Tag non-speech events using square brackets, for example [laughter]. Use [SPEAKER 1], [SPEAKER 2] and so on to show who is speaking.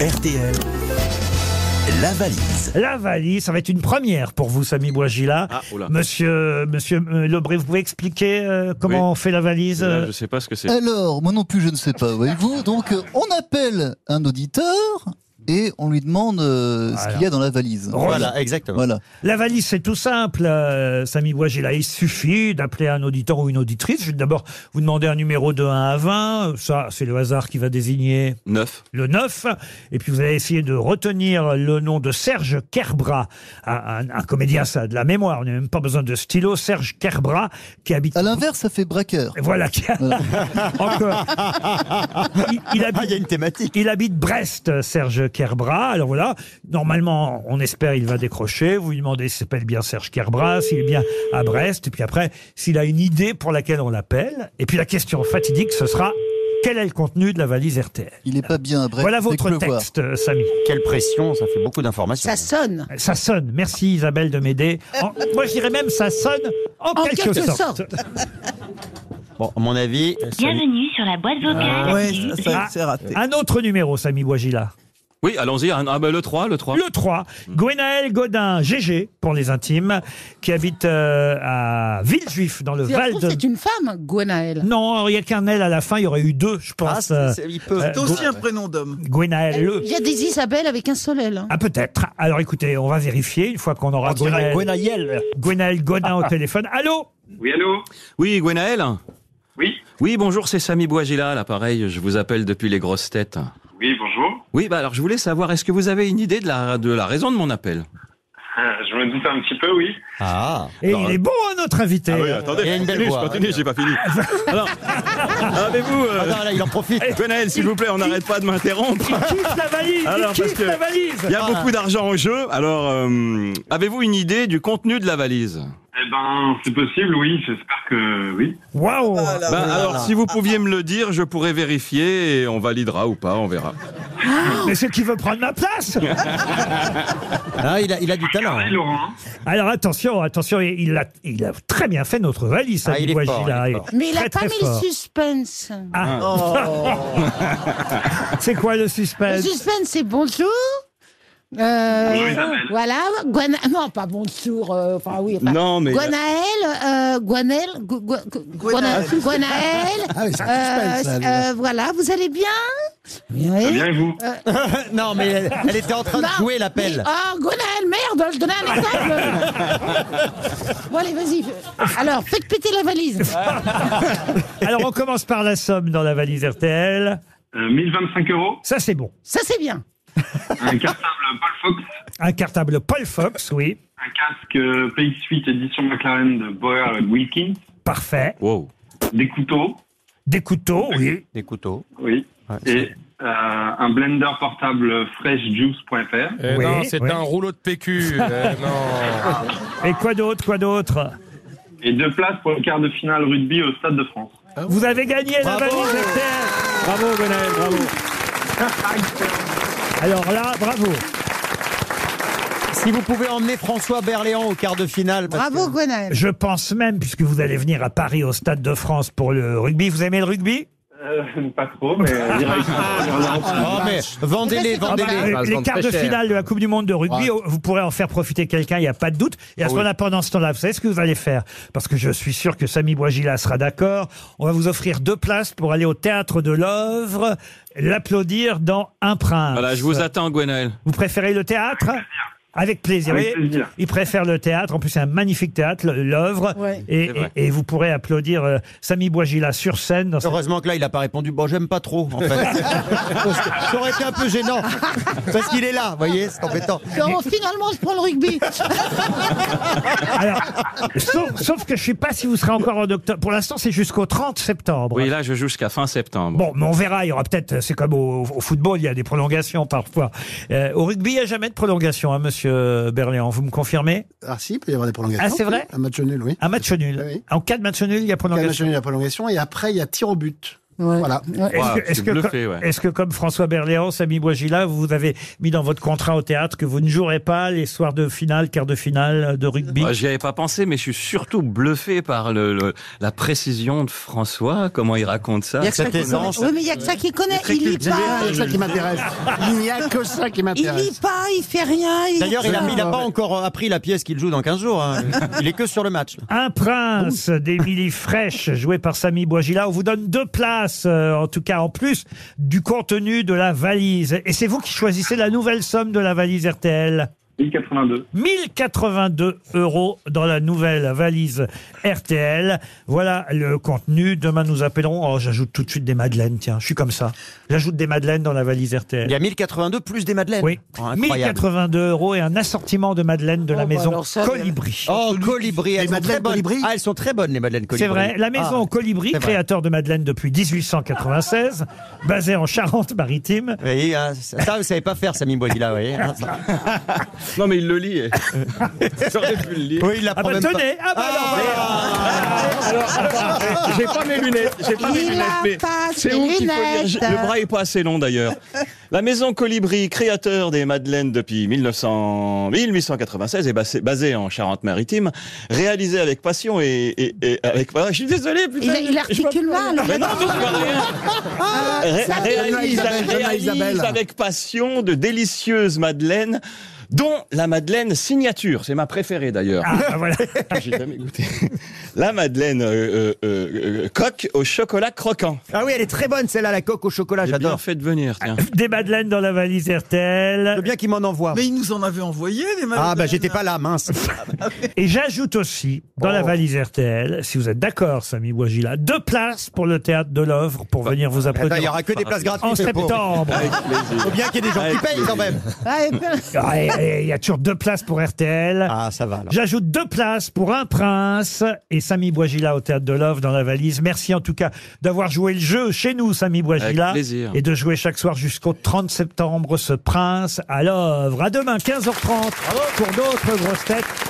[SPEAKER 1] RTL. La valise.
[SPEAKER 2] La valise, ça va être une première pour vous, Samy Boisgila.
[SPEAKER 3] Ah, oula.
[SPEAKER 2] Monsieur, monsieur euh, Lebré, vous pouvez expliquer euh, comment
[SPEAKER 3] Oui.
[SPEAKER 2] on fait la valise
[SPEAKER 3] Là,
[SPEAKER 2] euh,
[SPEAKER 3] je sais pas ce que c'est.
[SPEAKER 4] Alors, moi non plus, je ne sais pas. Voyez-vous, donc euh, on appelle un auditeur et on lui demande euh, ce qu'il y a dans la valise.
[SPEAKER 2] Voilà,
[SPEAKER 4] exactement. Voilà.
[SPEAKER 2] La valise, c'est tout simple, euh, Samy Boisgila. Il suffit d'appeler un auditeur ou une auditrice. Je vais d'abord vous demander un numéro de 1 à 20. Ça, c'est le hasard qui va désigner
[SPEAKER 3] 9.
[SPEAKER 2] le 9. Et puis vous allez essayer de retenir le nom de Serge Kerbra, un, un- un comédien, ça a de la mémoire. On n'a même pas besoin de stylo. Serge Kerbra, qui habite.
[SPEAKER 4] À l'inverse, ça fait braqueur.
[SPEAKER 2] Voilà. qui- Encore. Il, il habite,
[SPEAKER 5] une thématique.
[SPEAKER 2] il habite Brest, Serge Kerbra. Alors voilà, normalement, on espère il va décrocher. Vous lui demandez s'il s'appelle bien Serge Kerbra, s'il est bien à Brest. Et puis après, s'il a une idée pour laquelle on l'appelle. Et puis la question fatidique, ce sera quel est le contenu de la valise RTL
[SPEAKER 4] Il n'est pas bien à Brest.
[SPEAKER 2] Voilà
[SPEAKER 4] fait que
[SPEAKER 2] votre
[SPEAKER 4] le voir.
[SPEAKER 2] texte, euh, Samy.
[SPEAKER 5] Quelle pression, ça fait beaucoup d'informations.
[SPEAKER 6] Ça sonne.
[SPEAKER 2] Ça sonne. Merci Isabelle de m'aider. En- Moi, je dirais même ça sonne en,
[SPEAKER 6] En
[SPEAKER 2] quelque,
[SPEAKER 6] quelque
[SPEAKER 2] sorte.
[SPEAKER 6] sorte.
[SPEAKER 5] Bon, à mon avis, Samy-
[SPEAKER 7] Bienvenue sur la boîte vocale.
[SPEAKER 2] Ah,
[SPEAKER 5] Ah.
[SPEAKER 2] Ouais, ça- c'est Un autre numéro, Samy Boisgila.
[SPEAKER 3] Oui, allons-y. un- Ah, bah, le 3, le 3.
[SPEAKER 2] Le 3, Gwenaël Godin, GG pour les intimes, qui habite euh, à Villejuif dans le
[SPEAKER 6] Ça se
[SPEAKER 2] Val
[SPEAKER 6] trouve,
[SPEAKER 2] de...
[SPEAKER 6] C'est une femme, Gwenaël.
[SPEAKER 2] Non, il n'y a qu'un L à la fin, il y aurait eu deux, je
[SPEAKER 5] Ah,
[SPEAKER 2] pense.
[SPEAKER 5] c'est-
[SPEAKER 2] euh,
[SPEAKER 5] c'est- il peut.
[SPEAKER 2] euh, Gwe-
[SPEAKER 8] un prénom d'homme.
[SPEAKER 2] Gwenaël le.
[SPEAKER 6] Il y a des Isabelle avec un soleil. hein.
[SPEAKER 2] Ah peut-être. Alors écoutez, on va vérifier une fois qu'on aura Gwenaël, Gwenaël Godin au téléphone. Allô
[SPEAKER 9] Oui, allô
[SPEAKER 3] Oui, Gwenaël
[SPEAKER 9] Oui
[SPEAKER 3] Oui, bonjour, c'est Samy Boisgila, là, pareil. Je vous appelle depuis les grosses têtes.
[SPEAKER 9] Oui, bonjour.
[SPEAKER 3] Oui, bah, alors, je voulais savoir, est-ce que vous avez une idée de la, de la raison de mon appel
[SPEAKER 9] Euh, Je me doute un petit peu, oui.
[SPEAKER 5] Ah.
[SPEAKER 2] Et il est bon hein, notre invité.
[SPEAKER 3] attendez,
[SPEAKER 5] euh, Il y a une belle voix. hein.
[SPEAKER 3] j'ai pas
[SPEAKER 5] [laughs]
[SPEAKER 3] fini. Alors, avez-vous.
[SPEAKER 5] Ah non, là, il
[SPEAKER 2] [laughs]
[SPEAKER 5] en profite.
[SPEAKER 3] Gwenaël, s'il vous plaît, on n'arrête pas de m'interrompre.
[SPEAKER 2] Il kiffe la valise,
[SPEAKER 3] Alors,
[SPEAKER 2] il
[SPEAKER 3] parce
[SPEAKER 2] kiffe
[SPEAKER 3] que-
[SPEAKER 2] la valise.
[SPEAKER 3] Il y a
[SPEAKER 5] Ah.
[SPEAKER 3] beaucoup d'argent en jeu. Alors, euh, avez-vous une idée du contenu de la valise
[SPEAKER 9] Eh ben, c'est possible, oui. J'espère que oui.
[SPEAKER 2] Waouh
[SPEAKER 5] Ah,
[SPEAKER 3] Ben, alors, si vous pouviez me le dire, je pourrais vérifier et on validera ou pas, on verra.
[SPEAKER 2] Mais c'est qui veut prendre ma place
[SPEAKER 5] Ah, il, a, il a du talent.
[SPEAKER 9] Pareil, Laurent. hein,
[SPEAKER 2] Alors attention, attention, il il a, il a très bien fait notre valise,
[SPEAKER 5] Ah,
[SPEAKER 2] Samy
[SPEAKER 5] il est fort,
[SPEAKER 2] Boisgila.
[SPEAKER 5] il est fort.
[SPEAKER 6] Mais il
[SPEAKER 2] Très,
[SPEAKER 6] a pas
[SPEAKER 2] très
[SPEAKER 6] mis
[SPEAKER 2] fort.
[SPEAKER 6] le suspense.
[SPEAKER 2] Ah. [laughs] C'est quoi le
[SPEAKER 6] Le
[SPEAKER 2] suspense
[SPEAKER 6] suspense, c'est bonjour. Euh,
[SPEAKER 9] Bonjour, Isabelle.
[SPEAKER 6] voilà, Gwana... non pas bonjour, euh, enfin oui. Enfin,
[SPEAKER 3] Non, mais.
[SPEAKER 6] Gwenaël, euh, Gwenaël, Gu- Gu- Gu- Gwenaël,
[SPEAKER 2] Ah
[SPEAKER 6] euh, euh, voilà, vous allez bien
[SPEAKER 9] Très
[SPEAKER 6] Oui.
[SPEAKER 9] Bien, et vous
[SPEAKER 5] non, mais elle, elle était en train de
[SPEAKER 6] Non,
[SPEAKER 5] jouer
[SPEAKER 6] mais-
[SPEAKER 5] l'appel.
[SPEAKER 6] Oh, Gwenaël, merde, je donnais un
[SPEAKER 3] [laughs]
[SPEAKER 6] exemple Bon, allez, vas-y. Alors, faites péter la valise.
[SPEAKER 2] Alors on commence par la somme dans la valise RTL.
[SPEAKER 9] Euh, 1025 euros.
[SPEAKER 2] Ça c'est bon.
[SPEAKER 6] Ça, c'est bien.
[SPEAKER 9] Un cartable [laughs] Paul Fox.
[SPEAKER 2] Un cartable Paul Fox, oui.
[SPEAKER 9] Un casque euh, PX8 édition McLaren de Boer Wilkins.
[SPEAKER 2] Parfait.
[SPEAKER 3] Wow.
[SPEAKER 9] Des couteaux.
[SPEAKER 2] Des couteaux, oui.
[SPEAKER 5] Des couteaux.
[SPEAKER 9] Oui.
[SPEAKER 5] Ouais,
[SPEAKER 9] Et euh, un blender portable freshjuice.fr.
[SPEAKER 10] Eh
[SPEAKER 2] Oui,
[SPEAKER 10] non, c'est
[SPEAKER 2] oui.
[SPEAKER 10] un rouleau de PQ. eh non.
[SPEAKER 2] [laughs] Et quoi d'autre, quoi d'autre
[SPEAKER 9] Et deux places pour le quart de finale rugby au Stade de France.
[SPEAKER 2] Vous avez gagné la
[SPEAKER 5] Bravo.
[SPEAKER 2] valise RTL. Bravo Gwenaël, bravo. [laughs] Alors là, bravo.
[SPEAKER 5] Si vous pouvez emmener François Berléand au quart de finale. parce
[SPEAKER 6] Bravo,
[SPEAKER 5] que-
[SPEAKER 6] Gwenaël.
[SPEAKER 2] Je pense même, puisque vous allez venir à Paris au Stade de France pour le rugby, vous aimez le rugby
[SPEAKER 9] Euh, pas trop, [laughs] mais euh, directement.
[SPEAKER 5] Oh, mais vendez-les,
[SPEAKER 2] Ah bah,
[SPEAKER 5] vendez-les.
[SPEAKER 2] les les quarts de finale de la Coupe du Monde de rugby,
[SPEAKER 5] Ouais.
[SPEAKER 2] oh, vous pourrez en faire profiter quelqu'un, il n'y a pas de doute. Et à ce moment-là, pendant ce temps-là, vous savez ce que vous allez faire Parce que je suis sûr que Samy Boisgila sera d'accord. On va vous offrir deux places pour aller au Théâtre de l'Œuvre, l'applaudir dans Un Prince.
[SPEAKER 3] Voilà, je vous attends, Gwenaël.
[SPEAKER 2] Vous préférez le théâtre avec plaisir.
[SPEAKER 9] Avec
[SPEAKER 2] Et
[SPEAKER 9] plaisir.
[SPEAKER 2] Il préfère le théâtre. En plus, c'est un magnifique théâtre, le- l'œuvre.
[SPEAKER 6] Ouais.
[SPEAKER 2] Et,
[SPEAKER 3] C'est vrai.
[SPEAKER 2] et- et vous pourrez applaudir euh, Samy Boisgila sur scène. Dans cette-
[SPEAKER 5] Heureusement que là, il n'a pas répondu. Bon, j'aime pas trop, en fait. Parce que ça aurait été un peu gênant. Parce qu'il est là, vous voyez, c'est embêtant.
[SPEAKER 6] Bon, finalement, je prends le rugby.
[SPEAKER 3] [laughs]
[SPEAKER 2] Alors, sauf, sauf que je ne sais pas si vous serez encore en octobre. Pour l'instant, c'est jusqu'au 30 septembre.
[SPEAKER 3] Oui, là, je joue jusqu'à fin septembre.
[SPEAKER 2] Bon, mais on verra. Il y aura peut-être. C'est comme au, au football, il y a des prolongations parfois. Euh, au rugby, il n'y a jamais de prolongation, hein, Monsieur Berléand. Vous me confirmez
[SPEAKER 8] Ah si, il peut y avoir des prolongations.
[SPEAKER 2] Ah, c'est vrai
[SPEAKER 8] Un match nul, oui.
[SPEAKER 2] Un match nul.
[SPEAKER 8] Oui.
[SPEAKER 2] En cas de match nul, il y a
[SPEAKER 8] Un
[SPEAKER 2] prolongation.
[SPEAKER 8] match nul, la prolongation, et après, il y a tir au but. Voilà.
[SPEAKER 2] Est-ce
[SPEAKER 3] Ouah,
[SPEAKER 2] que, est-ce
[SPEAKER 3] tu
[SPEAKER 2] que
[SPEAKER 3] me le
[SPEAKER 2] co-
[SPEAKER 3] fais, Ah, ouais.
[SPEAKER 2] est-ce que comme François Berléand, Samy Boisgila, vous avez mis dans votre contrat au théâtre que vous ne jouerez pas les soirs de finale, quart de finale de rugby
[SPEAKER 3] Bah, J'y avais pas pensé, mais je suis surtout bluffé par le, le- la précision de François, comment il raconte ça.
[SPEAKER 6] Il y a que ça
[SPEAKER 5] cette
[SPEAKER 6] qui connaît.
[SPEAKER 5] aisance.
[SPEAKER 6] Oui, mais il y a que ça qui connaît. Il lit
[SPEAKER 8] Il n'y a
[SPEAKER 6] pas.
[SPEAKER 8] que ça qui m'intéresse. Il n'y a que ça qui
[SPEAKER 6] Il lit
[SPEAKER 8] m'intéresse.
[SPEAKER 6] pas, il fait rien. il-
[SPEAKER 5] D'ailleurs, il n'a pas encore appris la pièce qu'il joue dans 15 jours. hein. Il est que sur le match. là.
[SPEAKER 2] Un prince
[SPEAKER 8] [laughs]
[SPEAKER 2] d'Émilie Fraîche, joué par Samy Boisgila. On vous donne deux places, euh, en tout cas en plus, du contenu de la valise. Et c'est vous qui choisissez la nouvelle somme de la valise RTL.
[SPEAKER 9] 1082.
[SPEAKER 2] 1082 euros dans la nouvelle valise RTL. Voilà le contenu. Demain, nous appellerons. Oh, j'ajoute tout de suite des madeleines. Tiens, je suis comme ça. J'ajoute des madeleines dans la valise
[SPEAKER 5] Il
[SPEAKER 2] RTL.
[SPEAKER 5] y a 1082 plus des madeleines.
[SPEAKER 2] Oui.
[SPEAKER 5] Oh, incroyable.
[SPEAKER 2] 1082 euros et un assortiment de madeleines de la
[SPEAKER 6] bah
[SPEAKER 2] maison
[SPEAKER 6] alors ça,
[SPEAKER 2] Colibri.
[SPEAKER 5] Oh, colibri. Elles
[SPEAKER 8] Les
[SPEAKER 5] sont
[SPEAKER 8] madeleines
[SPEAKER 5] très bonnes.
[SPEAKER 8] colibri.
[SPEAKER 5] Ah, elles sont très bonnes, les madeleines colibri.
[SPEAKER 2] C'est vrai. La maison
[SPEAKER 5] Ah.
[SPEAKER 2] Colibri,
[SPEAKER 5] c'est vrai.
[SPEAKER 2] créateur de Madeleine depuis 1896, basée en Charente-Maritime.
[SPEAKER 5] Vous voyez, hein, ça, ça, vous savez pas faire, Samy Boisila, vous voyez.
[SPEAKER 2] Ah,
[SPEAKER 5] hein.
[SPEAKER 3] Non, mais il le lit. [laughs] J'aurais pu le lire.
[SPEAKER 5] Oui, il la
[SPEAKER 2] Ah bah tenez Ah bah alors,
[SPEAKER 3] Ah,
[SPEAKER 10] J'ai pas mes lunettes, j'ai pas mes
[SPEAKER 6] Il
[SPEAKER 10] lunettes, mais
[SPEAKER 6] a pas ses
[SPEAKER 3] C'est où qu'il faut lire
[SPEAKER 6] lunettes.
[SPEAKER 3] Je- Le bras est pas assez long
[SPEAKER 6] [laughs]
[SPEAKER 3] d'ailleurs. La maison Colibri, créateur des Madeleines depuis 1900 1896 et basée, basée en Charente-Maritime, réalisée avec passion et, et- et avec. Ah, je suis désolé, putain.
[SPEAKER 6] Il, il articule mal.
[SPEAKER 3] Mais non, mais je vois rien. Ré-
[SPEAKER 6] ça,
[SPEAKER 3] réalise,
[SPEAKER 8] Donna Isabelle, Donna
[SPEAKER 3] réalise
[SPEAKER 8] Isabelle.
[SPEAKER 3] avec passion de délicieuses madeleines, dont la madeleine signature. C'est ma préférée d'ailleurs.
[SPEAKER 2] Ah, voilà. [laughs]
[SPEAKER 3] J'ai jamais goûté. La madeleine euh, euh, euh, euh, coque au chocolat croquant.
[SPEAKER 5] Ah oui, elle est très bonne, celle-là, la coque au chocolat,
[SPEAKER 3] J'ai bien
[SPEAKER 5] j'adore.
[SPEAKER 3] fait de venir, tiens.
[SPEAKER 2] Des Madeleines dans la valise
[SPEAKER 5] Je
[SPEAKER 2] RTL.
[SPEAKER 5] veux bien qu'il m'en envoie.
[SPEAKER 7] Mais il nous en avait envoyé des
[SPEAKER 5] Ah, bah
[SPEAKER 7] madeleines.
[SPEAKER 5] j'étais pas là, mince.
[SPEAKER 7] hein.
[SPEAKER 2] Et j'ajoute aussi, dans
[SPEAKER 5] Oh.
[SPEAKER 2] la valise RTL, si vous êtes d'accord, Samy Bouagila, deux places pour le théâtre de l'œuvre pour venir vous
[SPEAKER 5] Attends, Eh ben, il y
[SPEAKER 2] applaudir.
[SPEAKER 5] aura que des
[SPEAKER 7] Ah,
[SPEAKER 5] places gratuites.
[SPEAKER 2] En
[SPEAKER 5] Bah, c'est pour- Ah,
[SPEAKER 2] septembre.
[SPEAKER 5] Faut bien qu'il y ait des gens qui payent quand même.
[SPEAKER 2] Ah, et- et Il y a toujours deux places pour RTL.
[SPEAKER 5] Ah, ça va alors.
[SPEAKER 2] J'ajoute deux places pour un prince et Samy Boisgila au Théâtre de l'Oeuvre dans la valise. Merci en tout cas d'avoir joué le jeu chez nous, Samy Boisgila.
[SPEAKER 3] Avec plaisir.
[SPEAKER 2] Et de jouer chaque soir jusqu'au 30 septembre ce prince à l'Oeuvre. À demain, 15h30 pour d'autres grosses têtes.